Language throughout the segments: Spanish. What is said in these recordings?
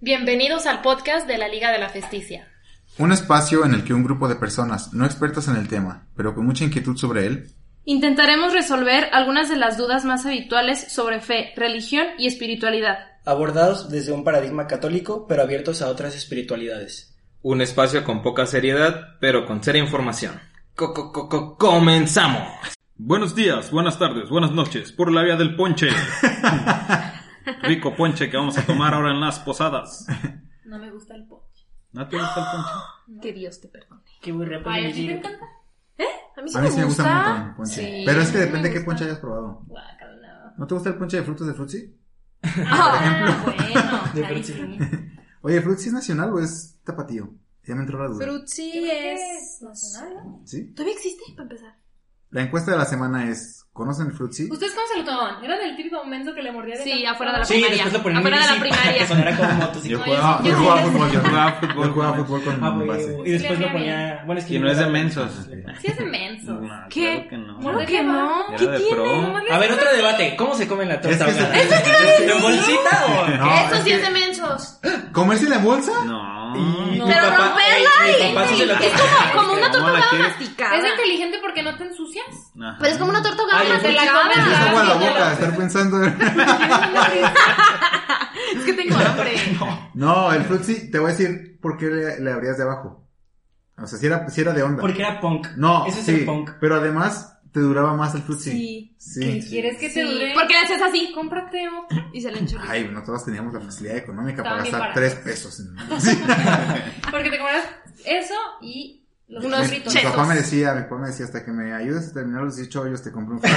Bienvenidos al podcast de la Liga de la Festicia. Un espacio en el que un grupo de personas no expertas en el tema, pero con mucha inquietud sobre él, Intentaremos resolver algunas de las dudas más habituales sobre fe, religión y espiritualidad. abordados desde un paradigma católico, pero abiertos a otras espiritualidades. Un espacio con poca seriedad, pero con seria información. Co- co- co- co- comenzamos Buenos días, buenas tardes, buenas noches, por la vía del ponche. Rico ponche que vamos a tomar ahora en las posadas. No me gusta el pop. ¿No te gusta el ponche? Que Dios te perdone. Qué muy A mí sí, a mí me, sí gusta. me gusta un montón el ponche. Sí, pero es a que mí me depende qué gusta. ponche hayas probado. ¿No te gusta el ponche de frutos de Frutzi? Ah, De bueno. ahí Frutzi. sí. Oye, ¿Frutzi es nacional o es tapatío? Ya me entró la duda. Frutzi es... ¿Sí? ¿Todavía existe? Para empezar. La encuesta de la semana es, ¿conocen el Frutzi? ¿Ustedes cómo se lo tomaban? ¿Eran el típico momento que le mordía de Sí, tanto afuera de la Sí, primaria. después lo ponían afuera de la en bici para que primaria. sonara como motos y- Yo No, jugaba, yo sí- yo yo jugaba sí- fútbol, yo jugaba Ah, fútbol, yo jugaba fútbol Ah, con mi güey, base. Y después lo ponía... Bueno, es que Y no es de era- mensos. Sí, es inmenso. No, ¿Qué? claro que Ah, no. Claro que no. Era ¿Qué de tiene? pro. A ver, otro debate. ¿Cómo se come la Es torta que se- ahogada? ¿En bolsita o...? No, Eso es sí que- es de mensos. ¿Comerse la bolsa? No. Y- Mi Pero papá- romperla mi y... papá sí se la es come. como, como una ¿Cómo torta la ahogada quieres? masticada. Es inteligente porque no te ensucias. Ajá. Pero es como una torta ahogada Ay, yo pensé- Se les masticada. agua la sí, ya boca lo- de estar pensando. Es que tengo hambre. No, el Frutzi, te voy a decir por qué le, le abrías de abajo. O sea, si era, si era de onda. Porque era punk. No, Ese es sí, el punk. pero además te duraba más el Frutzi. Sí. ¿Qué ¿Quieres que Sí, te dure? Porque le hacías así cómprate otro. y se le enchoró. Ay, no todos teníamos la facilidad económica para También gastar para- tres pesos. en- Sí. Porque te comerás eso y los Unos mi, mi fritos. chetos. papá me decía, mi papá me decía, hasta que me ayudes a terminar los 18 hoyos te compro un Frutzi.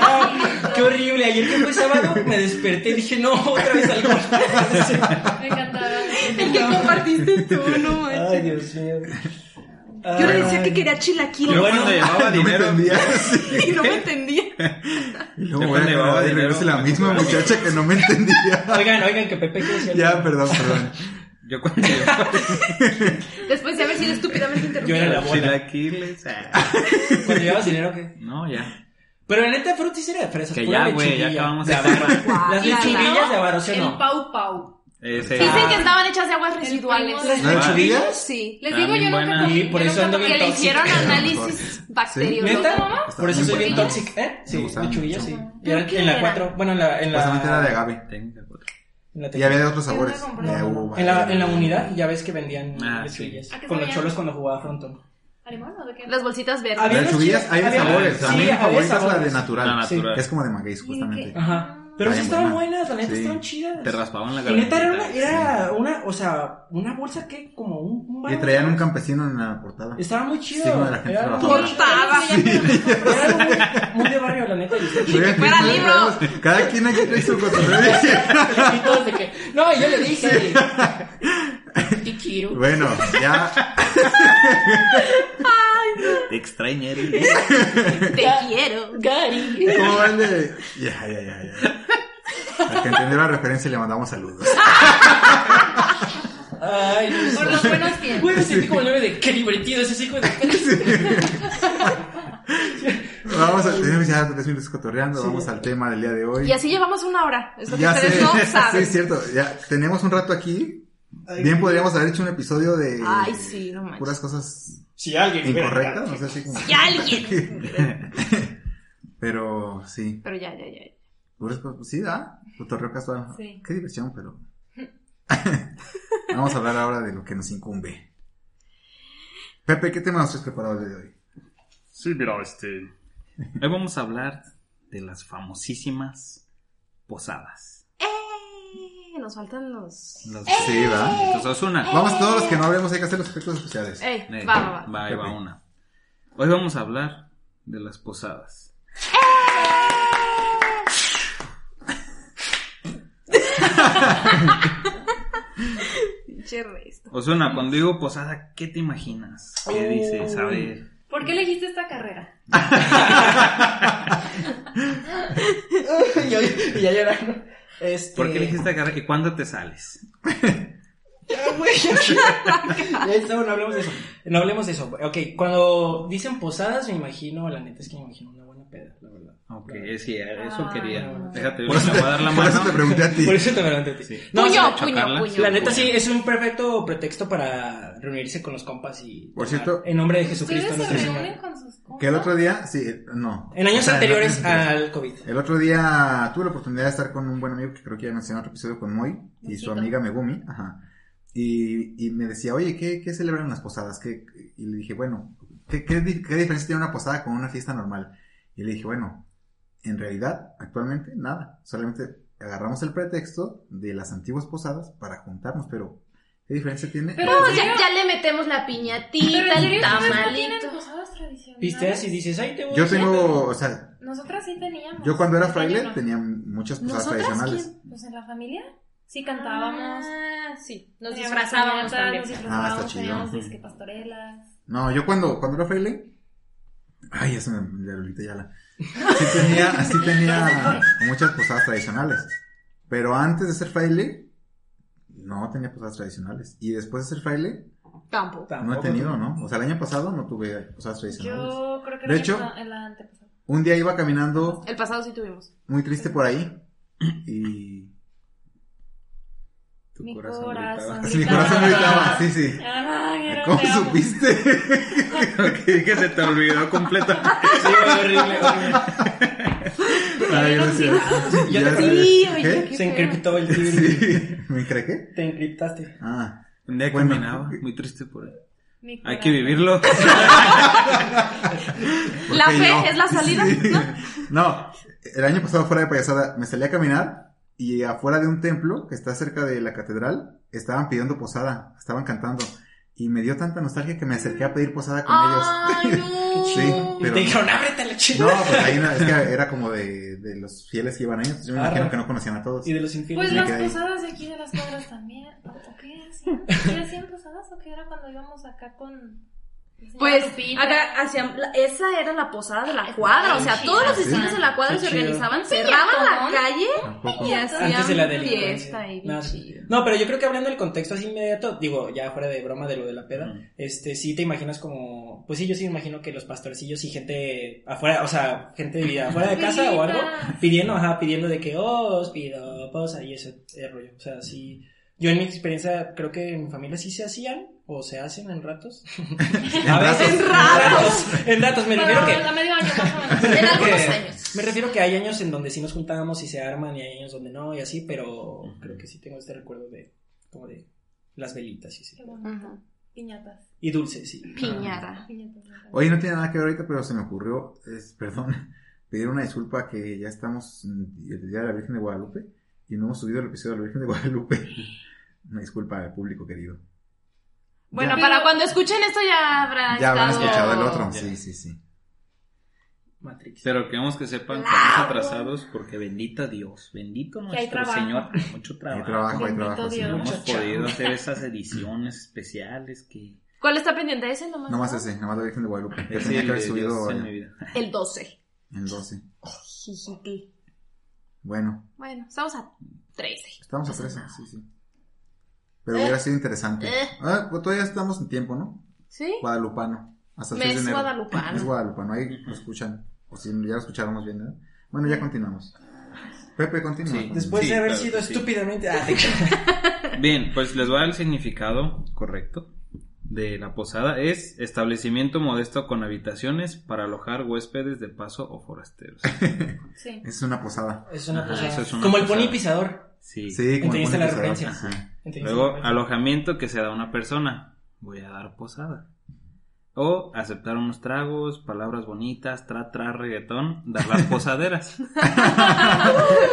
Ah, qué horrible. Ayer que fue sábado, me desperté y dije, no, otra vez alcohol. Me encantaba. El que compartiste tú, no Ay, manches. Dios mío. Yo le decía Ay. que quería chilaquiles Yo Bueno, cuando no llevaba me dinero. entendía. Sí. y no me entendía. Y luego voy a Yo cuando llevaba acabar de dinero- reírse la misma muchacha que no me entendía. Oigan, oigan, que Pepe que decía... ya, perdón, perdón. Yo cuando llevaba Después de haber sido estúpidamente Yo interrumpida. era la bola. chilaquiles. ah. Cuando llevas dinero, ¿qué? No, ya. Pero la neta, frutis era de fresas. Que pura ya, güey, lechuguilla, ya acabamos de el avaro. tema. Las Ya, ya. lechuguillas de avaro, ¿sí o El no? pau pau. Ese. Dicen que estaban hechas de aguas residuales. primo de- ¿No lechuguillas? Sí. Les Ah, digo, bien yo nunca buena. comí. Sí, por yo eso nunca ando comí Porque bien le lechuga. hicieron Tóxica. análisis bacteriológicos. ¿Neta? Por eso soy bien Estaban toxic, ¿eh? Sí, Me gustaban lechuguilla, mucho. sí. Yo ¿Pero era- qué en la era? 4, bueno, en la... En Supuestamente Pues, era de la, pues. agave. Tenga, puta. en la, Y había de otros Yo sabores. no compré De uno. uva. en, la, en la unidad ya ves que vendían Ah, lechuguillas. sí. ¿A qué Con los sabían? cholos cuando jugaba frontón. ¿Alemán o de qué? Las bolsitas verdes. Había Las lechuguillas unas- hay de había- sabores. A sí, mí mi había favorita es la sabores. de La natural. natural. Sí. Es como de maguey, justamente. Ajá. Pero Está sí bien estaban buena. buenas, la neta, Sí. estaban chidas. Te raspaban la Y neta garganta. era una, era una, o sea, una bolsa que como un... un Y vaso. traían un campesino en la portada. Estaba muy chido. Signo de la gente era algo trabajadora. muy- Portada. era algo muy, muy de barrio, la neta. Y Oigan, fuera ¿qué libro. traemos? Cada quien aquí trae su cotorreo. y todos de que, no, yo le dije. Ah, Te quiero. Bueno, ya. Te extrañé. Te quiero. Gary. ¿Cómo va el de- Ya, ya, ya, ya. Al que entendió la referencia le mandamos saludos. Ay, Dios. Por los buenos tiempos. Güey, me sentí como el meme de qué divertido es ese hijo de Vamos a tenemos ya tres minutos cotorreando, vamos al tema del día de hoy. Y así llevamos una hora. Es lo que Ya ustedes sé, no sí, saben. es cierto. Ya tenemos un rato aquí. Bien podríamos haber hecho un episodio de Ay, sí, no manches. puras cosas Si alguien. incorrectas, no sé así como. Y alguien. Pero sí, Pero ya, ya, ya. puras cosas, pues, sí da, cotorreo casual. Sí. Qué diversión, pero. Vamos a hablar ahora de lo que nos incumbe. Pepe, ¿qué tema nos has preparado el día de hoy? Sí, mira, este. Hoy vamos a hablar de las famosísimas posadas. ¡Eh! Nos faltan los. Los Sí, va. Entonces, Osuna. Vamos, todos los que no habíamos, hay que hacer los efectos especiales. ¡Eh! Eh, Va, va, va. va, ahí va una. Hoy vamos a hablar de las posadas. Pinche resto. Osuna, cuando digo posada, ¿qué te imaginas? Uh, ¿Qué dices? A ver. ¿Por qué elegiste esta carrera? Y yo- y ya llorando. Este. ¿Por qué elegiste agarrar y cuándo te sales? Ah, güey. Ya está, no hablemos de eso. No hablemos de eso. Ok, cuando dicen posadas, me imagino, la neta es que me imagino una buena una peda, la verdad. Ok, eh, La- sí, a eso Ah. quería. Déjate, Por eso, te, ahorita le voy a dar la por eso te mano. pregunté a ti. Por eso te pregunté a ti. Sí. No, puño, o sea, puño, chocarla. puño. la neta sí, es un perfecto pretexto para reunirse con los compas y... Por tomar. cierto- En nombre de Jesucristo. ¿Ustedes se nuestro Señor. reúnen con sus compas? Que el otro día, sí, eh, no. En años O sea, anteriores el- al COVID. El otro día tuve la oportunidad de estar con un buen amigo que creo que ya mencioné en otro episodio con Moy y su Mochito. amiga Megumi. Ajá. Y, y me decía, oye, ¿qué, qué celebran en las posadas? ¿Qué- qué?" Y le dije, bueno, ¿qué, qué, di- qué diferencia tiene una posada con una fiesta normal? Y le dije, bueno, en realidad, actualmente, nada. Solamente agarramos el pretexto de las antiguas posadas para juntarnos, pero ¿qué diferencia tiene? Pero, No, ya, ya le metemos la piñatita, pero en el serio, ¿ustedes no tienen tamalito. posadas tradicionales? Pisteas y dices, ay, te voy yo a- tengo, o sea, Nosotras sí teníamos. Este yo cuando era Yo fraile no. tenía muchas posadas ¿Nosotras tradicionales. Pues en la familia sí cantábamos. Ah, sí, nos teníamos disfrazábamos caminatas, también. Nos disfrazábamos, Ah, está chido. teníamos Ujú. disque pastorelas. No, yo cuando, cuando era fraile. Ay, ya se me. Ya Lolita Ayala. Sí tenía, así tenía muchas posadas tradicionales. Pero antes de ser fraile, no tenía posadas tradicionales. Y después de ser fraile, Tampoco. no he Tampoco. tenido, ¿no? O sea, el año pasado no tuve posadas tradicionales. Yo creo que De era hecho- la- en la antepasada. Un día iba caminando El pasado sí tuvimos. muy triste por ahí. Y. Tu Mi corazón corazón. Así mi corazón gritaba, sí, sí. Ah, que no ¿Cómo te amo. supiste? gritaba. Ok, que se te olvidó completamente. Sí, horrible, horrible. Ah, Ay, gracias. Ya Ya te- sé. Sí, oye, ¿Qué? qué Se feo. encriptó el libro. Sí. ¿Me crequé? Te encriptaste. Ah. Un día Bueno. caminaba, muy triste por él. Mi Hay corazón. que vivirlo. La Porque fe yo- es la salida, Sí. ¿no? No, el año pasado fuera de payasada me salí a caminar y afuera de un templo que está cerca de la catedral estaban pidiendo posada, estaban cantando y me dio tanta nostalgia que me acerqué a pedir posada con Ay, ellos. no. Sí, Y pero te dijeron, ábrete la no, chingada. pues ahí no, es que era como de, de los fieles que iban ahí, entonces yo me Arre. imagino que no conocían a todos. Ah, Y de los infieles. Pues Me las quedé ahí. posadas de aquí de las cuadras también. ¿O qué hacían? ¿Sí hacían posadas o qué era cuando íbamos acá con. la señora Pues Lupita? acá hacían, la- esa era la posada de la cuadra, o sea, Ay, todos los sí. vecinos de la cuadra Qué se chido. organizaban, Sí, cerraban la ¿no? calle Tampoco. y hacían Antes de la delincuencia. fiesta y bien No, sí. chido. No, pero yo creo que hablando del contexto así inmediato, digo, ya fuera de broma de lo de la peda, este, sí te imaginas como, pues sí, yo sí me imagino que los pastorcillos y gente afuera, o sea, gente de afuera de casa o algo, Amiguitas. pidiendo, ajá, pidiendo de que, oh, os pido posa y ese, eh, rollo, o sea, sí, yo en mi experiencia creo que en mi familia sí se hacían, o se hacen en ratos. A veces, En ratos. en ratos, me refiero Pero que... la medio año más o menos. Me En refiero algunos que- años. Me refiero que hay años en donde sí nos juntábamos y se arman y hay años donde no y así, pero creo que sí tengo este recuerdo de como de las velitas y así. Qué bueno. Ujú. Ah. Piñatas. Y dulces, sí. Piñata. Piñatas. Oye, no tiene nada que ver ahorita, pero se me ocurrió, es- perdón, pedir una disculpa que ya estamos en el Día de la Virgen de Guadalupe y no hemos subido el episodio de la Virgen de Guadalupe. Una disculpa al público querido. Bueno, Ya. para cuando escuchen esto ya habrá Ya habrán estado- escuchado el otro. Ya. Sí, sí, sí. Matrix. Pero queremos que sepan que estamos atrasados porque bendita Dios, bendito Que hay nuestro trabajo. Señor, mucho Hay trabajo. trabajo, hay Bendito trabajo. sí. Dios. No hemos Mucho trabajo. podido hacer esas ediciones especiales que... ¿Cuál está pendiente? ¿Ese nomás? Nomás ese, nomás la Virgen de Guadalupe. Que Es tenía que el haber de Dios subido en mi el, vida. El 12. el 12. Jijiti. Bueno, Bueno, estamos a 13. estamos a 13, sí, sí. Pero hubiera sido interesante. Eh. Ah, pues todavía estamos en tiempo, ¿no? ¿Sí? Guadalupano. Hasta el Me 6 de es enero. guadalupano. Es guadalupano, ahí lo escuchan. O si ya lo escucháramos bien, ¿verdad? Bueno, ya continuamos. Pepe, continúa. Sí, Después Sí, de haber claro sido que sí. estúpidamente. Ah, te- Bien, pues les voy a dar el significado correcto de la posada. Es establecimiento modesto con habitaciones para alojar huéspedes de paso o forasteros. Sí. Es una posada. es una Ajá, cosa. eso es una como el cosa. pony pisador. Sí. Sí, como Entendiste el la Pony Pisador. referencia. Ajá. ¿Entendiste? Luego, alojamiento que se da a una persona. Voy a dar posada. O aceptar unos tragos, palabras bonitas, tra, tra, reggaetón, dar las posaderas.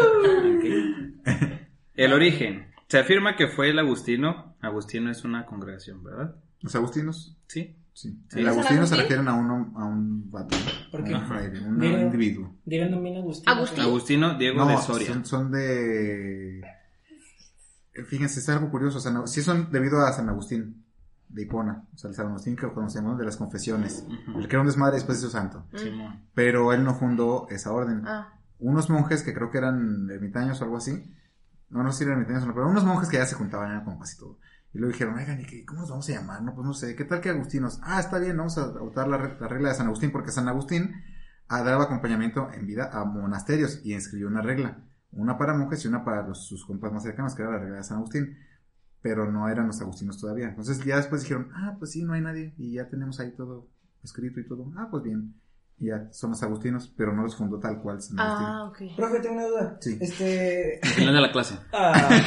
Ok. El origen. Se afirma que fue el Agustino. Agustino es una congregación, ¿verdad? Los agustinos. Sí. Sí. Sí. El ¿Es el agustino se agustín? refieren a uno, a un vato. Porque Un fraile, un Mira. individuo. dirán también Agustín. Agustín. Agustino Diego No, de Soria. Son, son de. Fíjense, es algo curioso. San Agustín- sí, son debido a San Agustín de Hipona. O sea, el San Agustín que conocemos de las confesiones. Ujú. El que era un desmadre después de su santo. Simón. Pero él no fundó esa orden. Mm. Ah, Unos monjes que creo que eran ermitaños o algo así. No, no sé si eran ermitaños o no, pero unos monjes que ya se juntaban, eran como casi todo. Y luego dijeron, oigan, ¿y qué, cómo nos vamos a llamar? No, pues no sé, ¿qué tal que Agustinos? Ah, está bien, vamos a adoptar la, re- la regla de San Agustín, porque San Agustín a dar acompañamiento en vida a monasterios y escribió una regla, una para monjes y una para los- sus compas más cercanos, que era la regla de San Agustín, pero no eran los agustinos todavía. Entonces ya después dijeron, ah, pues sí, no hay nadie y ya tenemos ahí todo escrito y todo. Ah, pues bien, y ya son los agustinos, pero no los fundó tal cual San Agustín. Ah, ok. Profe, tengo una duda. Sí. Este. Al final de la clase. ah,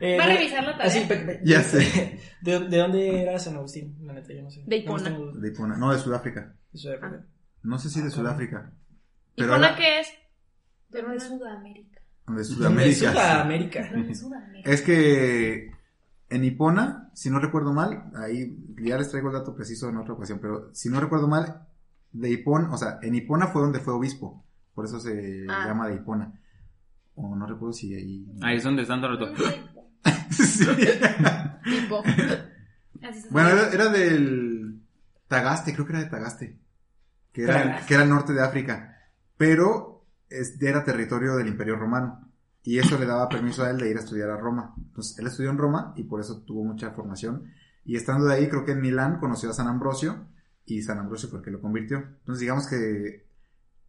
eh, Va a no- revisar la así, tarea. pe- pe- Ya sé. ¿De, de dónde era San Agustín? La neta, yo no sé. De No Hipona. tengo duda. De Ipona, no, de Sudáfrica. De Sudáfrica. No sé si de Ah, Sudáfrica. ¿Y Pero con la ahora- que es? Pero de Sudamérica. De De Sudamérica. Sudamérica. Pero de Sudamérica. Es que en Hipona, si no recuerdo mal, ahí ya les traigo el dato preciso en otra ocasión, pero si no recuerdo mal, de Hipona, o sea, en Hipona fue donde fue obispo, por eso se Ah. llama de Hipona. O no recuerdo si ahí... Ahí es donde están todos los dos. Sí. Tipo. Así se Bueno, llama. era, era del Tagaste, creo que era de Tagaste, que era, Tagaste. que era el norte de África, pero es- era territorio del Imperio Romano y eso le daba permiso a él de ir a estudiar a Roma. Entonces él estudió en Roma y por eso tuvo mucha formación y estando de ahí creo que en Milán conoció a San Ambrosio y San Ambrosio porque lo convirtió. Entonces digamos que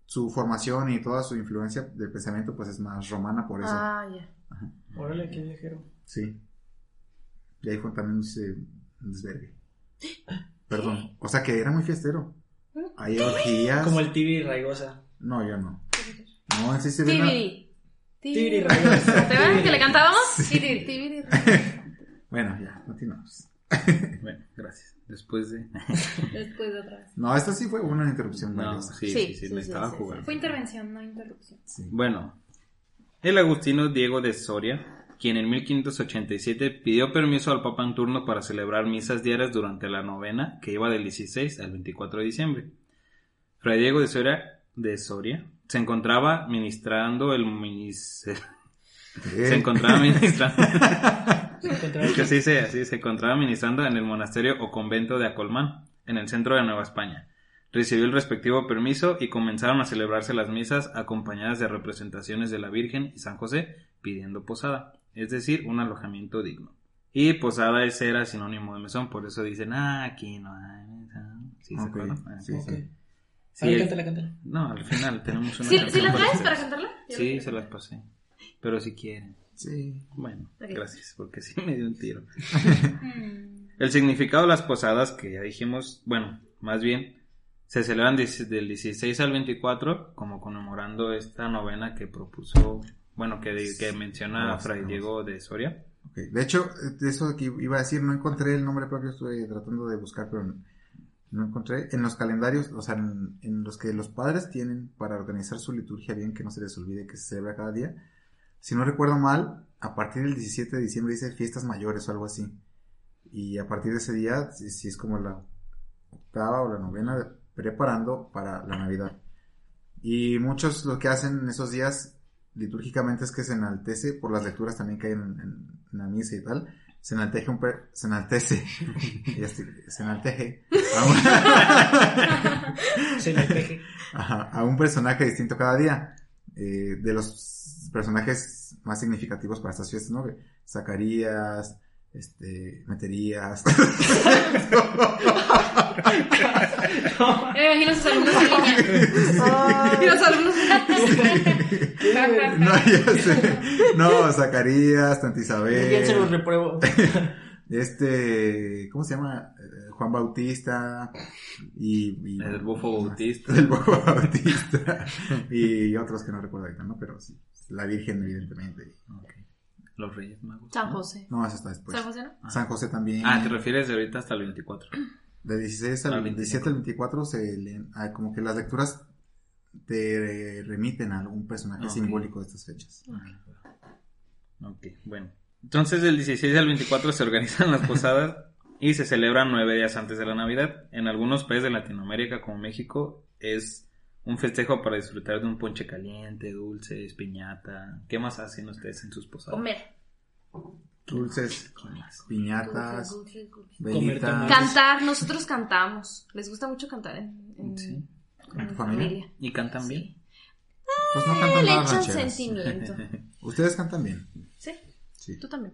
su formación y toda su influencia del pensamiento pues es más romana por eso. Ah, ya. Órale, qué viajero. Sí. Y ahí fue también un se- un desvergue. Perdón. O sea que era muy fiestero. Hay orgías. Como el Tibi Raigosa. No, yo no. No, en sí se ve. una- Tibiri. Tibiri Raigosa. ¿Te acuerdas que le cantábamos? Sí. Tibiri. Tibiri. Bueno, ya, continuamos. Bueno, gracias. Después de. Después de otra vez. No, esta sí fue una interrupción No, valiosa. sí, Sí, sí, sí, sí, me sí, estaba sí, jugando. Fue intervención, no interrupción. Sí. Bueno, el agustino Diego de Soria, quien en 1587 pidió permiso al Papa en turno para celebrar misas diarias durante la novena que iba del 16 al 24 de diciembre. Fray Diego de Soria, de Soria se encontraba ministrando el minis- se Eh, encontraba ministrando Encontrar- que así se, así se encontraba ministrando en el monasterio o convento de Acolmán, en el centro de Nueva España. Recibió el respectivo permiso y comenzaron a celebrarse las misas acompañadas de representaciones de la Virgen y San José pidiendo posada, es decir, un alojamiento digno. Y posada es era sinónimo de mesón, por eso dicen, ah, aquí no hay mesón. ¿Sí se Ok, acuerdan? Ah, sí, Ok. sí. A sí, ver, el- cántala, cántala. No, al final tenemos una ¿Sí, ¿Sí canción la traes ustedes. para cantarla? Yo Sí, la- se las pasé. Pero si quieren. Sí. Bueno, Ok. gracias, porque sí me dio un tiro. Mm. El significado de las posadas, que ya dijimos, bueno, más bien, se celebran dieci- del 16 al 24, como conmemorando esta novena que propuso, bueno, que, de- que menciona Vamos, Fray vamos. Diego de Soria. Ok. De hecho, de eso que iba a decir, no encontré el nombre propio, estuve tratando de buscar, pero no- no encontré. En los calendarios, o sea, en, en los que los padres tienen para organizar su liturgia bien, que no se les olvide que se celebra cada día. Si no recuerdo mal, a partir del 17 de diciembre dice fiestas mayores o algo así. Y a partir de ese día, si, si es como la octava o la novena, de- preparando para la Navidad. Y muchos lo que hacen en esos días litúrgicamente es que se enaltece por las lecturas también que hay en, en- en la misa y tal. Se enaltece un per- se enaltece, Ya estoy- se enalteje a un, Se le peje. Ajá, a un personaje distinto cada día. Eh, de los personajes más significativos para estas fiestas, ¿no? Que Zacarías, este, Meterías. Ya Me imagino sus alumnos en línea. Y los alumnos no, ya sé. No, Zacarías, Tanta Isabel. Bien, se los repruebo. este, ¿cómo se llama? Eh, Juan Bautista y, y- El bufo bautista. El bufo bautista y otros que no recuerdo ahorita, ¿no? Pero sí, la Virgen evidentemente. Ok. Los Reyes Magos. San José. No, eso está después. ¿San José no? San José también. Ah, te refieres de ahorita hasta el 24. De 16 al Al 25. 17 al 24 se leen, ah, como que las lecturas te remiten a algún personaje Ok. simbólico de estas fechas. Ah, Ok, bueno. Entonces, del 16 al 24 se organizan las posadas y se celebran nueve días antes de la Navidad. En algunos países de Latinoamérica, como México, es un festejo para disfrutar de un ponche caliente, dulces, piñata. ¿Qué más hacen ustedes en sus posadas? Comer. Dulces, ¿Qué más? piñatas, Dulces, dulces. Comer velitas, tamales. Cantar. Nosotros cantamos. Les gusta mucho cantar en, en- Sí. ¿Con tu en familia? familia. ¿Y cantan bien? Pues no Eh, cantan le nada echan rancheras. sentimiento. Ustedes cantan bien. Sí, Sí. tú también.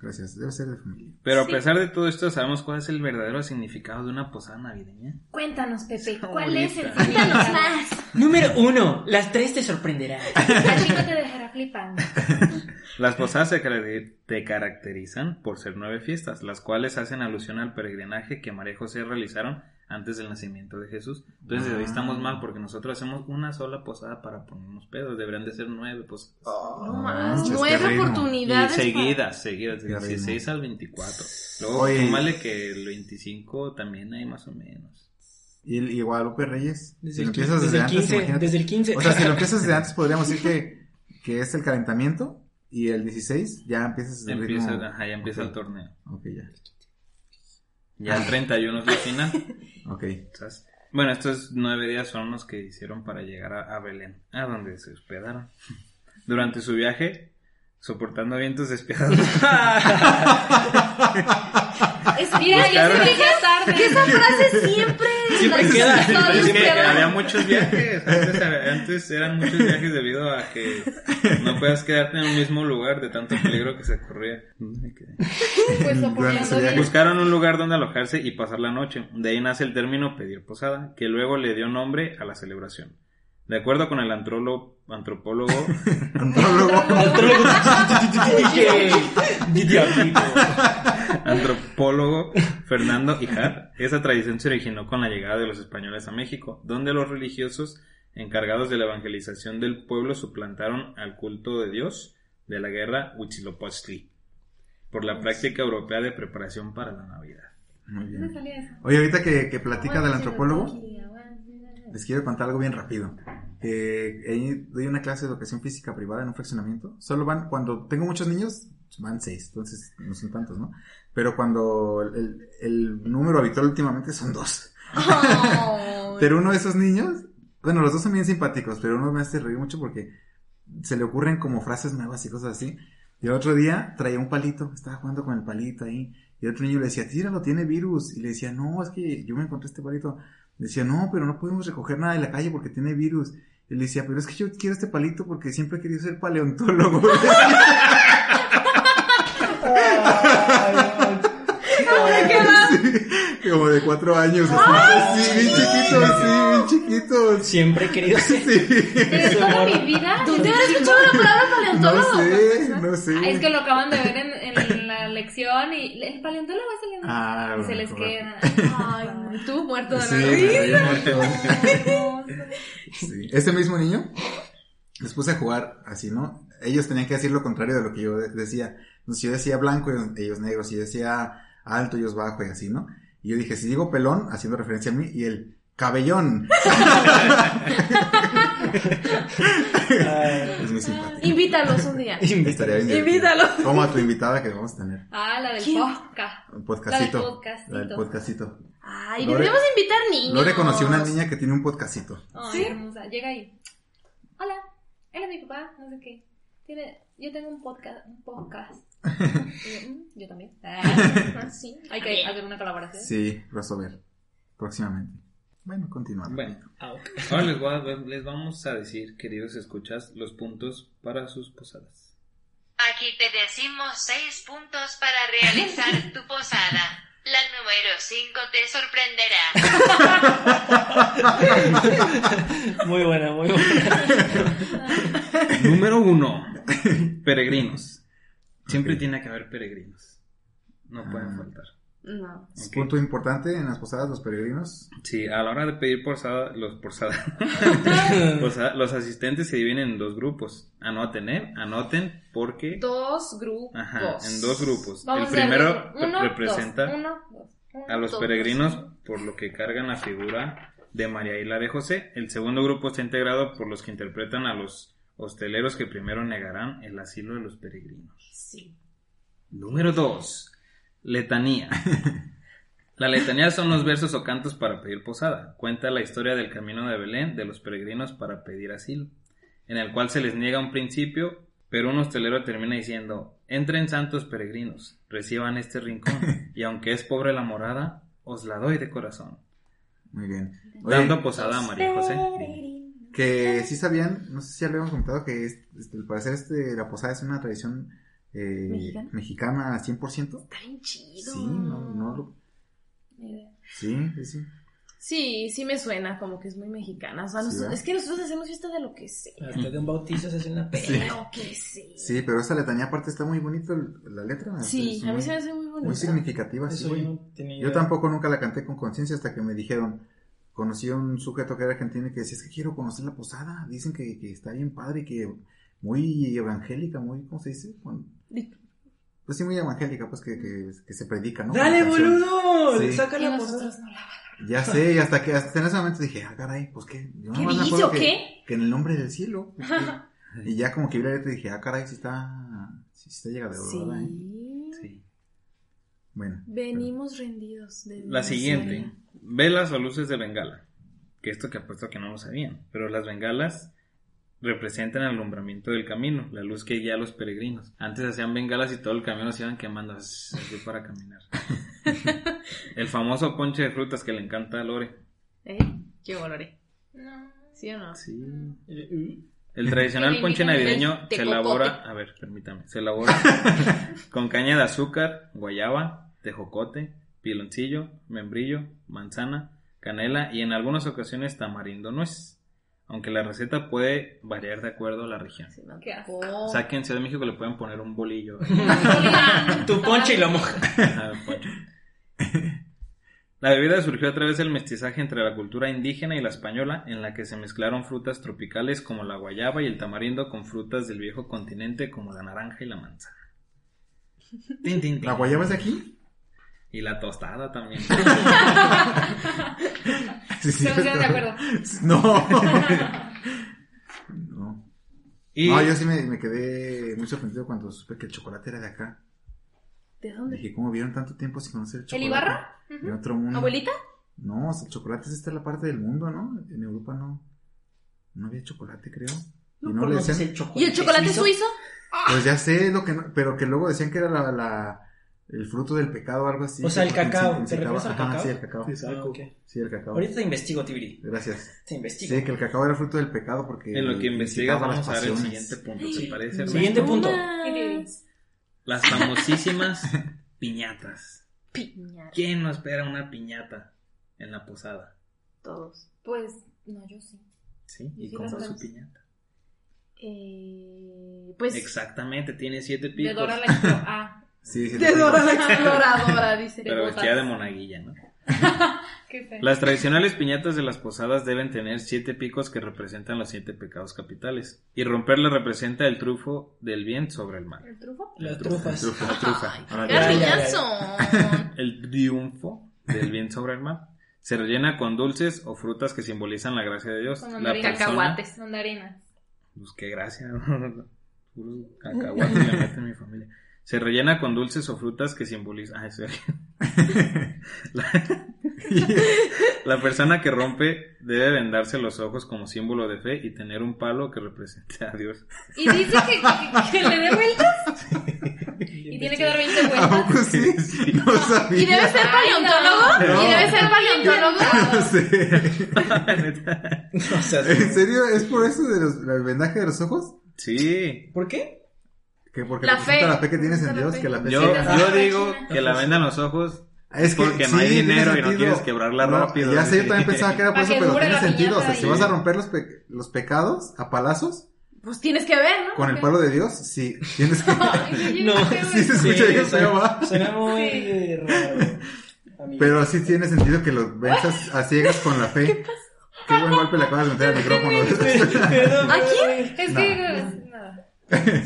Gracias, debe ser de familia. Pero Sí. a pesar de todo esto, ¿sabemos cuál es el verdadero significado de una posada navideña? Cuéntanos, Pepe, Está ¿cuál es el bonita. Cuéntanos más. Número uno, las tres te sorprenderán. A ti no te dejará flipando. Las posadas se caracter- te caracterizan por ser nueve fiestas, las cuales hacen alusión al peregrinaje que María y José realizaron antes del nacimiento de Jesús. Entonces ahí estamos mal porque nosotros hacemos una sola posada para ponernos pedos, deberían de ser nueve pues, posadas. No Ah, más, manches, qué nueve reino. Y oportunidades. para- seguidas, seguidas, del Qué ritmo. 16 al 24. Luego, Oye. súmale que el 25 también hay más o menos. Y, el- y Guadalupe Reyes, si lo el empiezas desde, 15, desde el antes, 15, imagínate. desde el 15. O sea, si lo empiezas desde antes, podríamos decir que, que es el calentamiento y el 16 ya empiezas el Empieza, ritmo. ajá, ya empieza Ok. el torneo. Ok, ya. Ya el 31 es la final. Ok. Entonces, Bueno, estos nueve días son los que hicieron para llegar a, a Belén, a donde se hospedaron. Durante su viaje, soportando vientos despiadados. Es- Ah, pues, mira, ya se Buscaron- dije tarde. Que esa frase siempre. Siempre queda. Todos Es que quedan. había muchos viajes. Antes, antes eran muchos viajes debido a que no puedas quedarte en un mismo lugar de tanto peligro que se corría. ¿Dónde me quedé? Pues Durante oponiendo ese viaje. bien. Buscaron un lugar donde alojarse y pasar la noche. De ahí nace el término pedir posada, que luego le dio nombre a la celebración. De acuerdo con el antrolo- antropólogo Antrólogo. antropólogo Fernando Ijar, esa tradición se originó con la llegada de los españoles a México, donde los religiosos encargados de la evangelización del pueblo suplantaron al culto de Dios de la guerra Huitzilopochtli por la práctica europea de preparación para la Navidad. Muy ¿Dónde bien. salía eso? Oye, ahorita que, que platica Bueno, del sí, no, antropólogo, tranquila, bueno. les quiero contar algo bien rápido. Eh, ahí doy una clase de educación física privada en un fraccionamiento. Solo van, cuando tengo muchos niños, van seis, entonces no son tantos, ¿no? Pero cuando el- el, el número habitual últimamente son dos. Ay. Pero uno de esos niños, bueno, los dos son bien simpáticos, pero uno me hace reír mucho porque se le ocurren como frases nuevas y cosas así. Y el otro día traía un palito, estaba jugando con el palito ahí. Y el otro niño le decía, tíralo, tiene virus. Y le decía, no, es que yo me encontré este palito. Le decía, no, pero no podemos recoger nada de la calle porque tiene virus. Y le decía, pero es que yo quiero este palito porque siempre he querido ser paleontólogo. como de cuatro años. así. sí, bien chiquito, sí, bien chiquito. sí. Siempre he querido ser. De Ese toda morro. mi vida. ¿Dónde habrá escuchado la palabra No paleontólogo? sé, no sé. Ah, es que lo acaban de ver en, en la lección y el paleontólogo es el Ah, y se bueno, les correcto. queda. Ay, no, tú muerto de Sí, la me risa. reí mucho. Hermoso. Sí. Este mismo niño les puse a jugar así, ¿no? Ellos tenían que decir lo contrario de lo que yo de- decía. Entonces, si yo decía blanco, ellos, ellos negros. Si yo decía alto, ellos bajo y así, ¿no? Y yo dije, si digo pelón, haciendo referencia a mí, y el cabellón. Ay, Es muy simpático. Invítalos un día. Estaría bien divertido. Invítalos. Como a tu invitada que vamos a tener. Ah, la del ¿Quién? podcast. Un La del podcastito. podcastito. La del podcastistito. Ay, Lore- deberíamos invitar niños. Lore conoció una niña que tiene un podcastito. Ay, ¿Sí? hermosa. Llega ahí. Hola, eres mi papá, no sé qué. Tiene, yo tengo un podcast. Un podcast. Y yo, "Mm, yo también. Ah, Sí. Hay que hacer una colaboración. Sí, Rosover. Próximamente. Bueno, continuamos. Bueno, ahora les, voy a- les vamos a decir, queridos escuchas, los puntos para sus posadas. Aquí te decimos seis puntos para realizar tu posada. La número 5 te sorprenderá. Muy buena, muy buena. Número uno, peregrinos. Siempre Ok. tiene que haber peregrinos. No Ah. pueden faltar. No. Es Ok. Punto importante en las posadas, los peregrinos. Sí, a la hora de pedir posada, los posada, Pues Pues posada- los asistentes se dividen en dos grupos. Anoten, ¿eh? Anoten porque... Dos grupos. Ajá, en dos grupos. El Vamos a hacer primero uno, dos, representa uno, dos, uno, a los dos. peregrinos por lo que cargan la figura de María y la de José. El segundo grupo está integrado por los que interpretan a los hosteleros que primero negarán el asilo de los peregrinos. Sí. Número 2. Letanía. La letanía son los versos o cantos para pedir posada. Cuenta la historia del camino de Belén de los peregrinos para pedir asilo, en el cual se les niega un principio, pero un hostelero termina diciendo, entren santos peregrinos, reciban este rincón, y aunque es pobre la morada, os la doy de corazón. Muy bien. Dando Oye, posada a María José. que sí sabían, no sé si ya lo habíamos comentado, que es- este, al parecer este, la posada es una tradición eh, ¿Mexicana? mexicana 100%. Está bien chido. Sí, no, no lo- Ni idea. Sí, sí, sí. Sí, sí me suena como que es muy mexicana. O sea, Sí, nos- ¿verdad? es que nosotros hacemos fiesta de lo que sea. Hasta de un bautizo se hace una pena. De lo que sea. Sí, pero esa letanía aparte está muy bonita la letra. Sí, es a mí muy- se me hace muy Muy bonito. significativa, pues sí, Eso güey. yo no tenía idea. Yo tampoco nunca la canté con conciencia hasta que me dijeron, conocí a un sujeto que era argentino y que decía, es que quiero conocer la posada, dicen que, que está bien padre, y que muy evangélica, muy, ¿cómo se dice? Bueno, Di- pues sí, muy evangélica, pues que, que, que se predica, ¿no? ¡Dale, Con la canción. boludo! Sí. Saca Y la posada. nosotros no la Ya sé, y hasta que hasta en ese momento dije, ah, caray, pues qué, yo ¿Qué nomás me dice acuerdo o que- qué? Que en el nombre del cielo. pues, que- y ya como que vi la letra y dije, ah, caray, si está, si está llegado, ¿verdad? eh? Sí. Sí. Bueno. Venimos rendidos. de La Dios. siguiente. Velas o luces de bengala. Que esto que apuesto que no lo sabían. Pero las bengalas representan el alumbramiento del camino, la luz que guía a los peregrinos. Antes hacían bengalas y todo el camino se iban quemando así así para caminar. el famoso ponche de frutas que le encanta a Lore. ¿Eh? Qué valoré. No. ¿Sí o no? Sí. Eh, uh, El tradicional Que le ponche invitan el navideño se tecocote. elabora, a ver, permítame, se elabora con caña de azúcar, guayaba, tejocote, piloncillo, membrillo, manzana, canela y en algunas ocasiones tamarindo nuez. Aunque la receta puede variar de acuerdo a la región. Sí, no. Qué asco. O sea que en Ciudad de México le pueden poner un bolillo. Tu ponche y lo moja. Ah, Poncho. La bebida surgió a través del mestizaje entre la cultura indígena y la española, en la que se mezclaron frutas tropicales como la guayaba y el tamarindo con frutas del viejo continente como la naranja y la manzana. Tin, tin, tin. ¿La guayaba es de aquí? Y la tostada también. Sí, sí. Se pusieron de acuerdo. No. no. Y No, yo sí me, me quedé muy sorprendido cuando supe que el chocolate era de acá. ¿De dónde? Dije, ¿cómo vieron tanto tiempo sin conocer el chocolate? Ibarra? De otro mundo. ¿Abuelita? No, o sea, el chocolate es esta la parte del mundo, ¿no? En Europa no. No había chocolate, creo. y no le conoces decían. el chocolate ¿Y el chocolate suizo? Pues ya sé lo que no- pero que luego decían que era la, la- el fruto del pecado o algo así. O sea, el Que se- cacao. se- ¿Te refieres al Ajá, cacao? Sí, el cacao. Ah, ok. Sí, el cacao. Ahorita te investigo, Tibiri. Gracias. Te investigo. Sí, que el cacao era fruto del pecado porque. en lo que investigas incitaba vamos a las ver el pasiones. siguiente punto, ¿te parece? Ernesto? Siguiente punto. Ah. Más. Las famosísimas piñatas. Piñar. ¿Quién no espera una piñata en la posada? Todos. Pues, no, yo sí. ¿Sí? Y ¿Y sí cómo las es su vemos. piñata? Eh, pues. Exactamente, tiene siete De picos. Dora la Explo- Ah, Sí, sí. De sí. Dora la exploradora, dice. Pero botas. vestida de monaguilla, ¿no? qué feo. Las tradicionales piñatas de las posadas deben tener siete picos que representan los siete pecados capitales. Y romperla representa el trufo del bien sobre el mal. ¿El trufo? Las La trufas. trufa. La trufa. Ahora, Ya, ¡Qué ya, ya. piñazón! El triunfo del bien sobre el mal. Se rellena con dulces o frutas que simbolizan la gracia de Dios. Con La mandarinas. persona, Cacahuates. Mandarinas. Pues qué gracia. Puros cacahuates le meten mi familia. Se rellena con dulces o frutas que simbolizan. Ah, eso ya- la, la persona que rompe debe vendarse los ojos como símbolo de fe y tener un palo que represente a Dios. Y dice que, que- que le dé vueltas. Y tiene que dar 20 ¿A vueltas. poco sí? No sabía. ¿Y debe ser paleontólogo? Ay, no. ¿Y debe ser paleontólogo? No sé. O sea, ¿En serio? ¿Es por eso de los- del vendaje de los ojos? sí. ¿Por qué? Que porque La representa fe. la fe que tienes en Representa la Dios, fe. que Pues la fe Yo, ciega. yo digo que la vendan los ojos Es porque no hay tiene dinero y no sentido. quieres quebrarla rápido. Ya sé, yo también pensaba que era por Para eso, que pero dure tiene la sentido. O sea, piñata si y- vas a romper los, pe- los pecados a palazos Pues tienes que ver, ¿no? con el pueblo de Dios, sí, tienes que... no, sí se escucha Sí, bien sí. feo, va. Suena muy raro. amigo. Pero sí tiene sentido que los venzas a ciegas con la fe. ¿Qué buen golpe le acabas de meter al micrófono. Perdón, ¿A perdón. Es que. nada.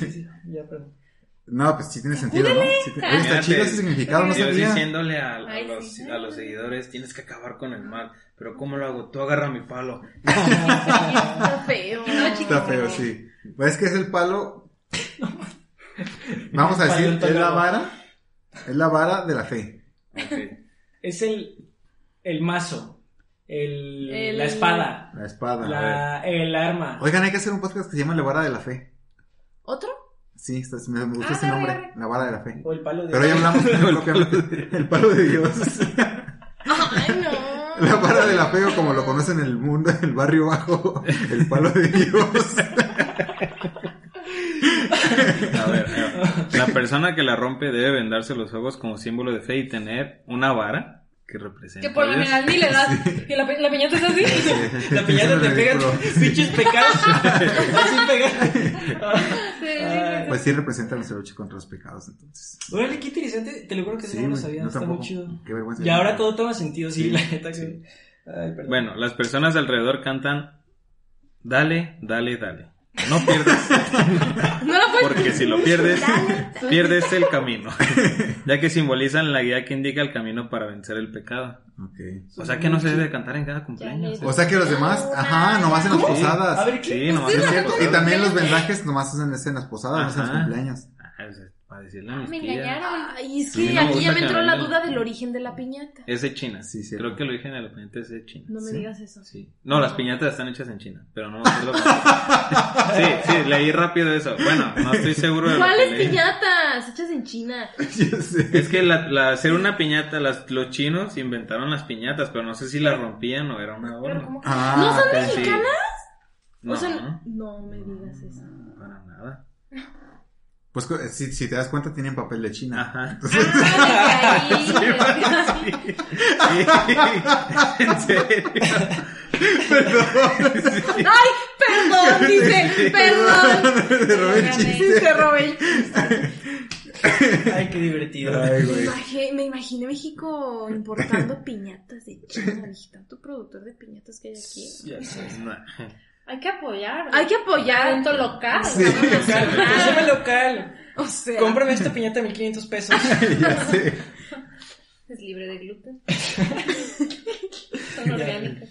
Sí, sí, ya, perdón. No, pues sí tiene sentido, ¿no? Sí te- Oye, está Mírate. chido ese significado, no Dios sabía. diciéndole a, a Ay, los, sí. a los seguidores, tienes que acabar con el mal. Pero ¿cómo lo hago? Tú agarra mi palo. Está feo. Está feo, sí. Pues es que es el palo... Vamos a decir, es la vara, es la vara de la fe. Ok. Es el, el mazo, el, El- la espada, La espada. Ah, a ver. la, el arma. Oigan, hay que hacer un podcast que se llama La vara de la fe. ¿Otro? Sí, está- me, me gustó Ah, ese la nombre, vara. la vara de la fe. O el palo de. Pero ya hablamos propiamente el palo de Dios. ¡Ay, no! La vara del apego, como lo conocen en el mundo, en el barrio bajo, el palo de Dios. A ver, a ver. la persona que la rompe debe vendarse los ojos como símbolo de fe y tener una vara que represente. Que por lo a Dios. general ni le das. Que la, pe- la piñata es así. La piñata te pega tus pinches pecados. Así pega. Ah. Pues sí representa la lucha contra los pecados, entonces. Órale, qué interesante. Te lo juro que eso Sí, no lo güey, sabía. yo Está tampoco. muy chido. Qué vergüenza. Y ahora todo toma sentido, sí, Sí, la neta. que- sí. Ay, perdón. Bueno, las personas de alrededor cantan Dale, dale, dale. No pierdas, No la puedes. porque si lo pierdes, pierdes el camino. Ya que simbolizan la guía que indica el camino para vencer el pecado. Ok. O sea que no se debe cantar en cada cumpleaños. O sea que los demás, ajá, nomás en las ¿Cómo? posadas. A ver, ¿qué? Sí, nomás Sí, es en cierto. las Y también los posadas. vendajes nomás hacen en las posadas, no hacen en los Ajá. cumpleaños. Ah, es Para decirle a mis Me tías. engañaron. Ay, es A que mí no me aquí ya gusta me que entró me la vengan. duda del origen de la piñata. Es de China. Sí, cierto. Creo que lo dije en el planeta es de China. No me Sí. digas eso. Sí. No, las piñatas están hechas en China, pero no me acuerdo. sí, sí, leí rápido eso. Bueno, eh, no estoy seguro de lo que ¿Cuáles leí. piñatas? Hechas en China. Ya sé. Es que la, la- hacer una piñata, las, los chinos inventaron las piñatas, pero no sé si las rompían o era una Pero adorno. como que. Ah, ¿No son ok. Sí. mexicanas? No, O sea, no, no me digas eso. para nada. Pues co- si, si te das cuenta, tienen papel de China. Ajá. Ah, de ahí. en serio. ¡Ay! Perdón, dice. Perdón. Te robé el Espérame. chiste. Te robé el Ay, qué divertido. Ay, Me güey. imaginé, me imaginé México importando piñatas de China. Dije, tanto productor de piñatas que hay aquí. Ya sé. No. Hay que apoyar. Hay que apoyar. Talento local. Sí. cabrón. Local, Ah. consume local. O sea, Cómprame esta piñata de 1500 pesos. Ya sé. Es libre de gluten. Son orgánicos.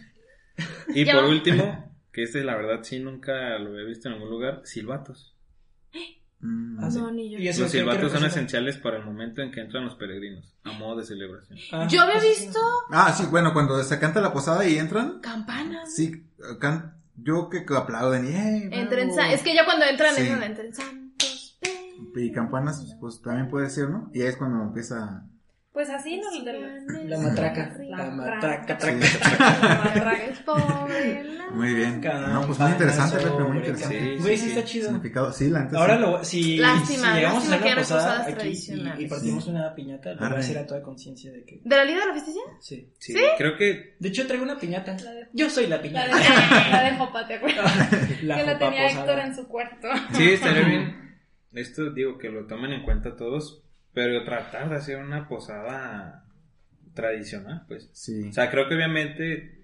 Y Ya. por último, que este la verdad sí nunca lo he visto en ningún lugar, silbatos. Mm. Ah, sí. No, ni yo. Y eso Los es lo que silbatos son representa. esenciales para el momento en que entran los peregrinos, a modo de celebración. Ah, Yo había eso sí. visto Ah, sí, bueno, cuando se canta la posada y entran, campanas. sí, can- yo que que aplauden y ¡eh! bravo! Entren san- Es que ya cuando entran, Sí. entran, entren santos. Y campanas, pues también puede ser, ¿no? Y ahí es cuando empieza... Pues así nos La matraca. La matraca. traca. Muy bien. Campanas No, pues muy interesante, Pepe, muy sobre interesante. Sí, Güey, sí sí. está chido. Significado, sí, la neta Ahora sí. lo, si, Lástima, si llegamos lástima a que ya no hacer una hay posada posadas aquí y, y tradicionales. partimos una piñata, lo voy a Arre. hacer a toda conciencia de que... ¿De la Liga de la Justicia? Sí. Sí, creo que De hecho, traigo una piñata. La de- Yo soy la La piñata. de, la de Jopa, ¿te acuerdas? La que la jupa tenía posada. Héctor en su cuarto. sí estaría bien. Esto digo que lo tomen en cuenta todos, pero tratar de hacer una posada tradicional, pues. Sí. O sea, creo que obviamente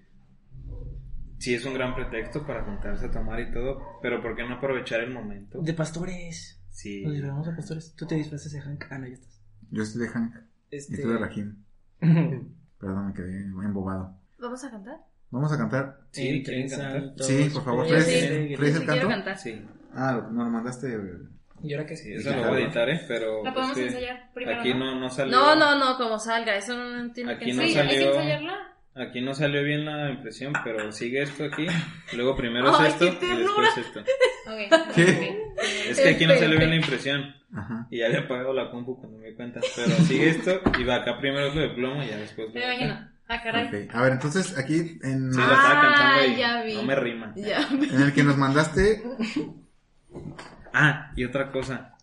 sí es un gran pretexto para juntarse a tomar y todo, pero ¿por qué no aprovechar el momento? De pastores. Sí. Nos llevamos a pastores. Tú te disfrazas de Hank. Ah, no, ya estás. Yo estoy de Hank y Este... tú de Rajim. Perdón, me quedé embobado. ¿Vamos a cantar? Vamos a cantar. Sí, ¿quieren Entren cantar? santos, pues, eh, Sí, por favor, Fres, peregrinos. Fres, el Sí, quiero canto? cantar. Sí, Ah, lo- no lo mandaste. eh, ¿Y ahora qué? sí, eso lo voy a editar, ¿eh? Pero La podemos es que ensayar primero. aquí ¿no? no, no salió. No, no, no, como salga. Eso no no tiene Aquí que no Sí, ser. hay que salió. ensayarla. Aquí no salió bien la impresión, pero sigue esto aquí. Luego primero Ay, es esto qué y ternura. después esto. Ok. ¿Qué? Es que aquí no salió bien la impresión. Ajá. Y ya había apagado la compu cuando me di cuenta. Pero sigue esto y va acá primero es lo de plomo y ya después. lo Me de acá. imagino. Ah, caray. Ok. A ver, entonces aquí en, Sí, lo estaba cantando Ah, y ya vi. no me rima. Ya. en el que nos mandaste. Ah, y otra cosa.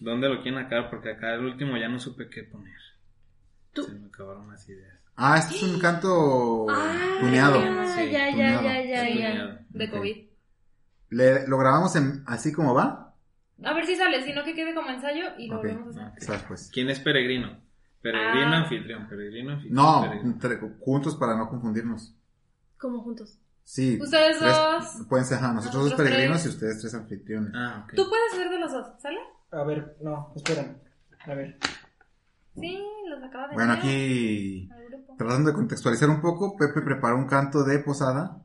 ¿Dónde lo quieren acá? Porque acá el último ya no supe qué poner. Tú. Se me acabaron las ideas. Ah, este es un canto Ah, tuneado. Sí, ya, ya, tuneado. ya, ya, Es ya. tuneado. De Ok. COVID. Le- lo grabamos en, así como va. A ver si sale, si no que quede como ensayo y lo Ok. volvemos a Ok. hacer. Sas, pues. ¿Quién es peregrino? Peregrino, Ah. anfitrión, peregrino, anfitrión. No, peregrino. entre- juntos para no confundirnos. Como juntos. Sí. Ustedes tres- dos. Pueden ser, ajá, nosotros dos Nosotros peregrinos tres. y ustedes tres anfitriones. Ah, ok. Tú puedes hacer de los dos, ¿sale? A ver, no, espérame. A ver. Sí, los acabo de Bueno, enviar aquí al grupo. Tratando de contextualizar un poco, Pepe preparó un canto de posada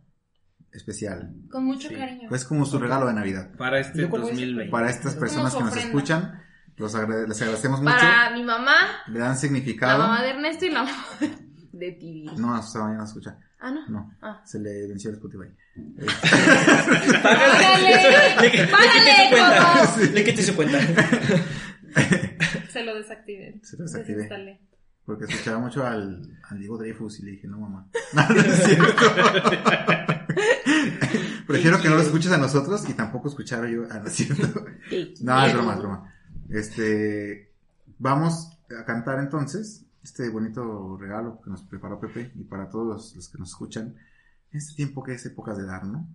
especial. Con mucho Sí. cariño. Es como su regalo de Navidad. Para este Yo creo que es- 2020. Para estas personas que nos ofrenda. escuchan, los agrade- les agradecemos mucho. Para mi mamá, Le dan la mamá significado. de Ernesto y la mamá de Tibi. No, o sea, no escucha. Ah, no. No, Ah. se le venció el Spotify. ¡Párale! ¡Párale, codo! Le quité su cuenta. Se lo desactivé. Se lo desactivé. Desinstalé. Porque escuchaba mucho al, al Diego Dreyfus y le dije, no, mamá. No, no es cierto. Prefiero que no lo escuches a nosotros y tampoco escuchar yo. Ah, no es cierto. No, es broma, es broma. Este. Vamos a cantar entonces este bonito regalo que nos preparó Pepe y para todos los que nos escuchan. En este tiempo que es época de dar, ¿no?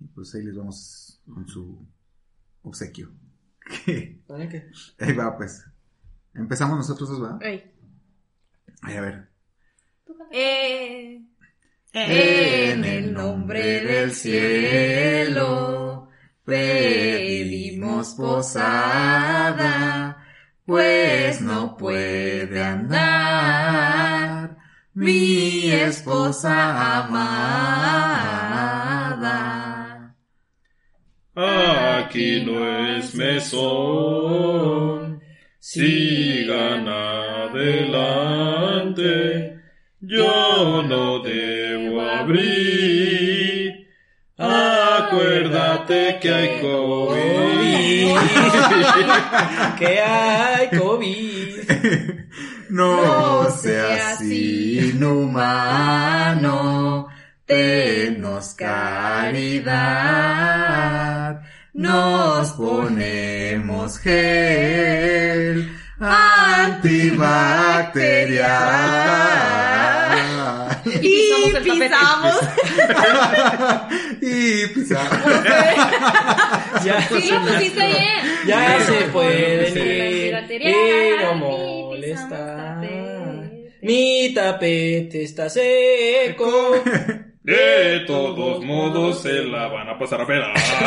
Y pues ahí les vamos con su obsequio. ¿Saben qué? Ahí va, pues. Empezamos nosotros dos, ¿verdad? Ey. Ay, a ver. Eh, En el nombre del cielo pedimos posada, pues no puede andar mi esposa amada. Aquí no es mesón. Sigan adelante. Yo no debo abrir. Acuérdate que hay COVID. ¿Qué hay, COVID? No seas inhumano, tenos caridad, nos ponemos gel antibacterial. y pisamos el tapete. y pisamos. Ya, Sí, lo pusiste Eh, bien. ya se Sí. pueden ir. Y no Material, y pisamos molestar. tapete. Mi tapete está seco. De todos modos se la van a pasar a pelar. Sale,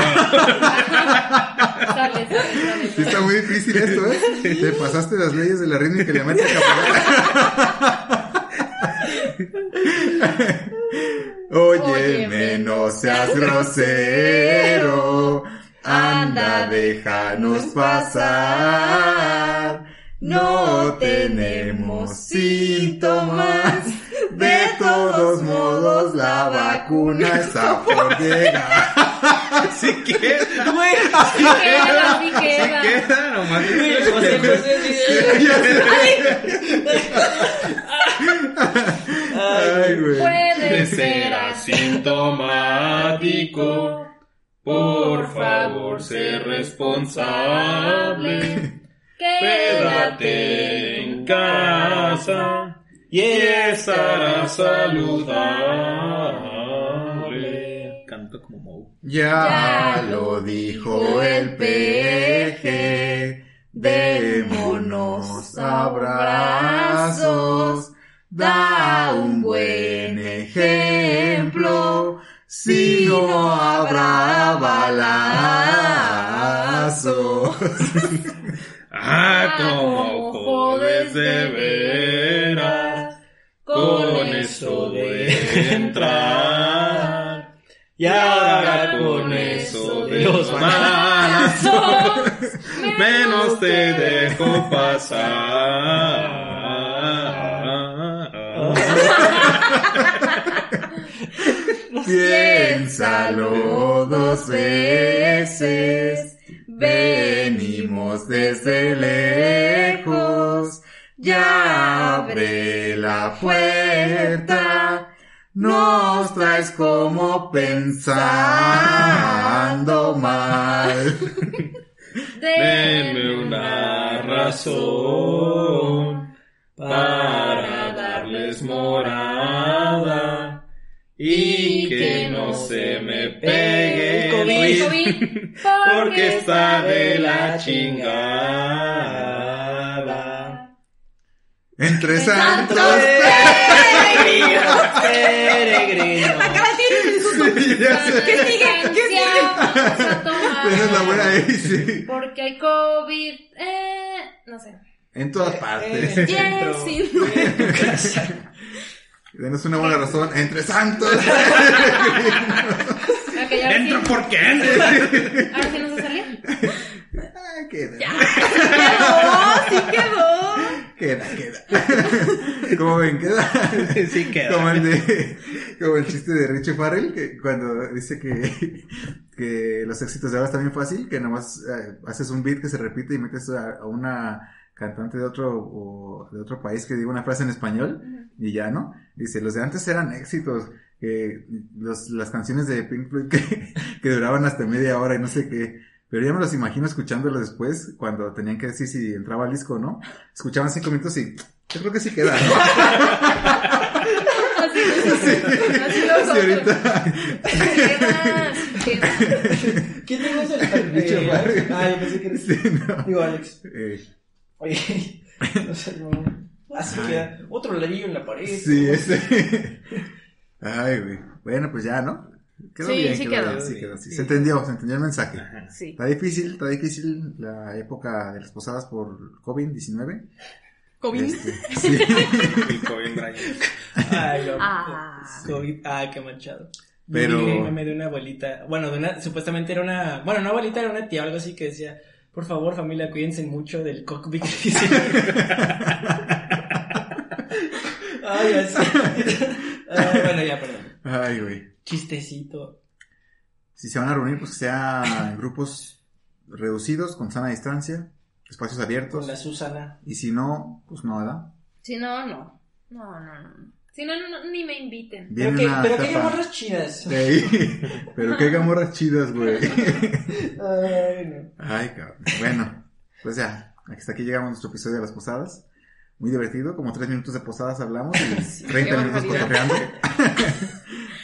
sale, sale, Sí sale. está muy difícil esto, ¿eh? Te pasaste las leyes de la rítmica y la métrica. pero- Óyeme, no seas grosero. Anda, déjanos pasar. No tenemos síntomas. De todos modos, la vacuna está por llegar. Así que, Güey, Sí queda, sí queda. queda nomás. güey, pues, José, José, sí. Ay, güey. Puede ser ser asintomático. asintomático. Por favor, sé responsable. Quédate en casa Y y estarás estarás saludable. saludable. Canto como Moe. Ya Ya lo dijo el E peje, démonos abrazos, da un buen ejemplo, si no habrá balazos. Ah, como jodes de veras, con eso de de entrar. Y ahora con eso de los malas, menos menos te te dejo pasar. Piénsalo dos veces. Venimos desde lejos. Ya abre la puerta. Nos traes como pensando mal. Denme una razón para darles morada y que no se me pegue el COVID, COVID, porque está de la chingada. Entre santos. Peregrinos, peregrinos. Ya sé. ¿Qué sigue? ¿Qué Esa es la buena sigue? ahí, sí. Porque hay COVID. Eh, no sé. En todas partes. Eh, Yes, dentro. sí. Denos una buena razón. Entre santos. Ah, Ok, ahora sí. Entro porque entro. Ahora sí nos va a salir. Ah, queda. Quedó, Oh, sí quedó. Queda, queda. Como ven, queda. Sí Como queda. el, de- como el chiste de Richie Farrell, que cuando dice que, que los éxitos de ahora están bien fácil, que nomás eh, haces un beat que se repite y metes a, a una cantante de otro o de otro país que diga una frase en español y ya, ¿no? Dice, los de antes eran éxitos, que los- las canciones de Pink Floyd que, que duraban hasta media hora y no sé qué. Pero ya me los imagino escuchándolo después, cuando tenían que decir si entraba al disco o no. Escuchaban cinco minutos y yo creo que sí queda, ¿no? Así, así lo Sí, ahorita. ¿Qué más? ¿Qué más? ¿Quién te gusta el Bicho eh, madre. Alex? Ah, yo pensé que eres. Sí, no. Digo, Alex. Eh, Oye, no sé, no. Así queda. Otro ladrillo en la pared. sí, ese. Ay, güey. Bueno, pues ya, ¿no? Sí, sí quedó. bien, sí quedó, sí. Se entendió, se entendió el mensaje. Sí. Está difícil, está difícil la época de las posadas por COVID-19. ¿Covid? Este, sí. El Kobe Bryant. Ay, lo- Ah. COVID. Ay, qué manchado. Pero- Pero. meme de una abuelita. Bueno, de una. Supuestamente era una. Bueno, una abuelita era una tía, algo así que decía. Por favor, familia, cuídense mucho del cockpit. Ay, así. Ah, bueno, ya, perdón. Ay, güey. Chistecito. Si se van a reunir, pues que sea en grupos reducidos, con sana distancia, espacios Con abiertos. la Susana. Y si no, pues no, ¿verdad? Si no, no. No, no, no. Si no, no, ni me inviten. Pero Viene que, una pero que etapa. morras chidas. Sí, pero qué gamorras chidas, güey. Ay, no. Ay, cabrón. Bueno, pues ya, hasta aquí llegamos a nuestro episodio de las posadas. Muy divertido, como tres minutos de posadas hablamos y 30 minutos barbaridad. cotorreando.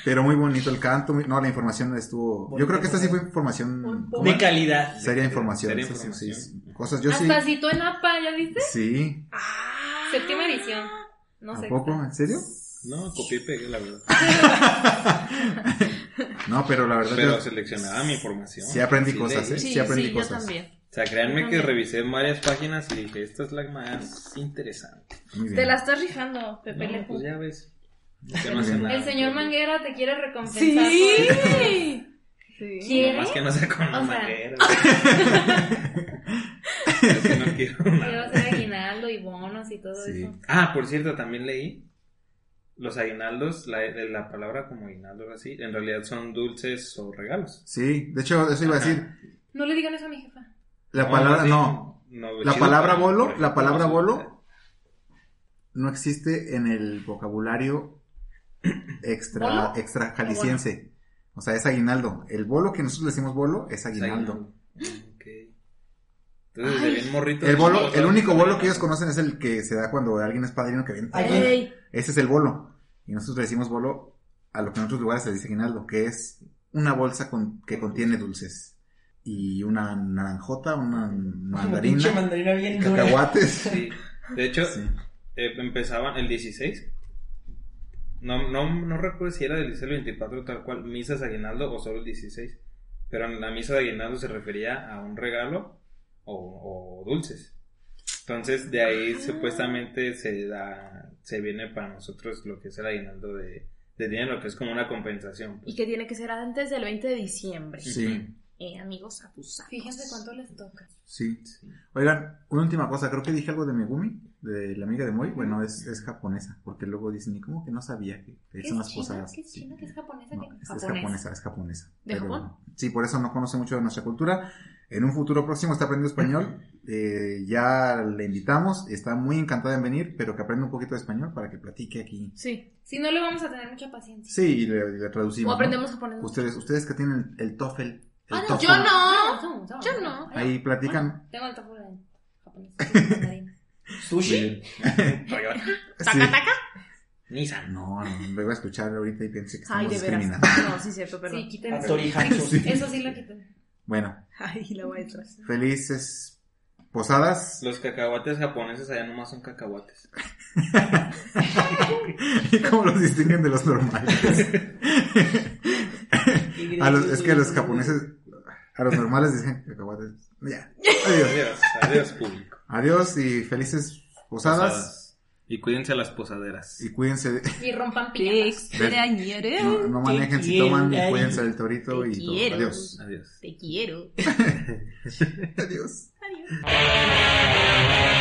Pero muy bonito el canto, muy- no, la información estuvo... yo creo que esta sí fue información... ¿cómo De era? calidad. Seria información. Seria sí, sí, sí, información. sí. Cosas, yo sí... Hasta citó en APA, ¿ya viste? Sí, Séptima edición. No ¿a sé. poco? ¿En serio? No, copié y pegué, la verdad. No, pero la verdad... Pero yo- seleccionaba mi información. Sí aprendí Sí, cosas, leí. ¿eh? Sí, Sí, aprendí sí, yo cosas. también. O sea, créanme que Ajá. revisé varias páginas y dije, esta es la más interesante. Muy bien. Te la estás rifando, Pepe No, Lejo. pues ya ves. Que no hace El nada. El señor Manguera te quiere recompensar. por- Sí. Sí. ¿Quiere? Más que no sea con la O sea- manguera. Es que no quiero Quiero nada. hacer aguinaldo y bonos y todo Sí. eso. Ah, por cierto, también leí los aguinaldos, la, la palabra como aguinaldo o así, en realidad son dulces o regalos. Sí, de hecho, eso iba a Ajá. decir. No le digan eso a mi jefa. La palabra... así, No, La Ah, chido, palabra pero, bolo, por ejemplo, la palabra no sé, bolo no existe en el vocabulario extra, ¿Bolo? extra jalisciense. O sea, es aguinaldo. El bolo que nosotros le decimos bolo es es aguinaldo. Ok. Entonces, de bien morrito. El bolo, chicos, el único ¿sabes? bolo que ellos conocen es el que se da cuando alguien es padrino que viene. Ay, Ey, Ese es el bolo. Y nosotros le decimos bolo a lo que en otros lugares se le dice aguinaldo, que es una bolsa con- que contiene dulces. Y una naranjota, una Pinche mandarina, mandarina bien dura. cacahuates. Sí. De hecho, Sí. eh, empezaban el 16. No, no, no recuerdo si era del 16 al 24 tal cual, misas de aguinaldo o solo el 16. Pero en la misa de aguinaldo se refería a un regalo o, o dulces. Entonces de ahí supuestamente se da, se viene para nosotros lo que es el aguinaldo de, de dinero, que es como una compensación. pues. Y que tiene que ser antes del 20 de diciembre. Sí. Eh, amigos abusados. Fíjense cuánto les toca. Sí. Oigan, una última cosa, creo que dije algo de Megumi, de la amiga de Moy, bueno, es, es japonesa, porque luego dicen, ¿y cómo que no sabía que ¿Qué son es las china? posadas? ¿Qué es Sí. china? ¿Qué es japonesa? No, ¿Qué es, es japonesa, es japonesa. ¿De Japón? Sí, por eso no conoce mucho de nuestra cultura. En un futuro próximo está aprendiendo español. eh, ya le invitamos, está muy encantada en venir, pero que aprenda un poquito de español para que platique aquí. Sí. Si no, le vamos a tener mucha paciencia. Sí, y le, le O traducimos. ¿no? aprendemos a poner. Ustedes, ustedes que tienen el, el TOEFL. el Ah, no, TOEFL, Yo no. Son, son, Yo son. no. Ahí platican. Tengo el tofu en japonés. en mandarín. ¿Sushi? Toyota, Sí. ¿Taca, taca? Nissan. No, no, me voy a escuchar ahorita y piense que Ay, estamos de veras. discriminando. No, sí, cierto, Sí, perdón. quiten A eso. Torihatsu. Sí, Eso sí lo quiten. Bueno, Ay, la maestra. felices posadas. Los cacahuates japoneses allá nomás son cacahuates. ¿Y cómo los distinguen de los normales? A Ah, los- es que a los japoneses, a los normales dicen cacahuates. Ya. Adiós. Adiós, adiós público. Adiós y felices posadas. Posadas. Y cuídense a las posaderas. Y cuídense, de- Y rompan Te piñatas. extrañaré. no, no manejen si quiero, toman, ay, cuídense del torito te y todo. quiero. Adiós. Adiós. Te quiero. Adiós. Adiós.